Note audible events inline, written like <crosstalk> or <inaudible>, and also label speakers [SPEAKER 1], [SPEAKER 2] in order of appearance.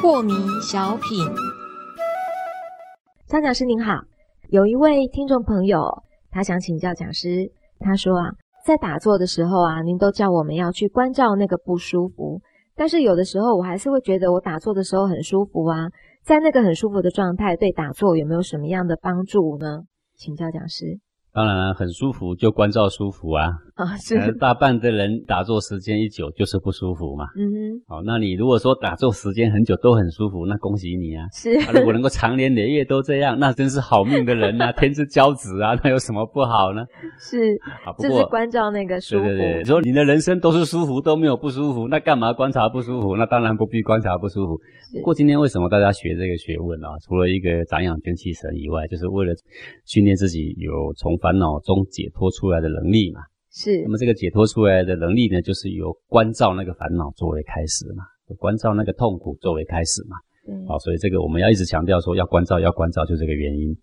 [SPEAKER 1] 破迷小品，张讲师您好，有一位听众朋友，他想请教讲师，他说啊，在打坐的时候啊，您都叫我们要去关照那个不舒服，但是有的时候我还是会觉得我打坐的时候很舒服啊，在那个很舒服的状态，对打坐有没有什么样的帮助呢？请教讲师。
[SPEAKER 2] 当然啊很舒服，就关照舒服啊。
[SPEAKER 1] <laughs> 啊，是，
[SPEAKER 2] 呃大半的人打坐时间一久就是不舒服嘛。
[SPEAKER 1] 嗯哼，
[SPEAKER 2] 好，那你如果说打坐时间很久都很舒服，那恭喜
[SPEAKER 1] <laughs>
[SPEAKER 2] 你啊！
[SPEAKER 1] 是，
[SPEAKER 2] 啊如果能够长年累月都这样，那真是好命的人
[SPEAKER 1] <laughs>
[SPEAKER 2] 呐、天之骄子啊，那有什么不好呢？
[SPEAKER 1] 是，
[SPEAKER 2] 啊，不
[SPEAKER 1] 就是
[SPEAKER 2] 过
[SPEAKER 1] 关照那个舒
[SPEAKER 2] 对
[SPEAKER 1] 服。
[SPEAKER 2] 对对，说你的人生都是舒服，都没有不舒服，那干嘛观察不舒服？那当然不必观察不舒服。不过今天为什么大家学这个学问啊？除了一个长养精气神以外，就是为了训练自己有从烦恼中解脱出来的能力嘛。
[SPEAKER 1] 是
[SPEAKER 2] 那么这个解脱出来的能力呢，就是由关照那个烦恼作为开始嘛，关照那个痛苦作为开始嘛。
[SPEAKER 1] 对，
[SPEAKER 2] 好、所以这个我们要一直强调说要关照，要关照，就这个原因。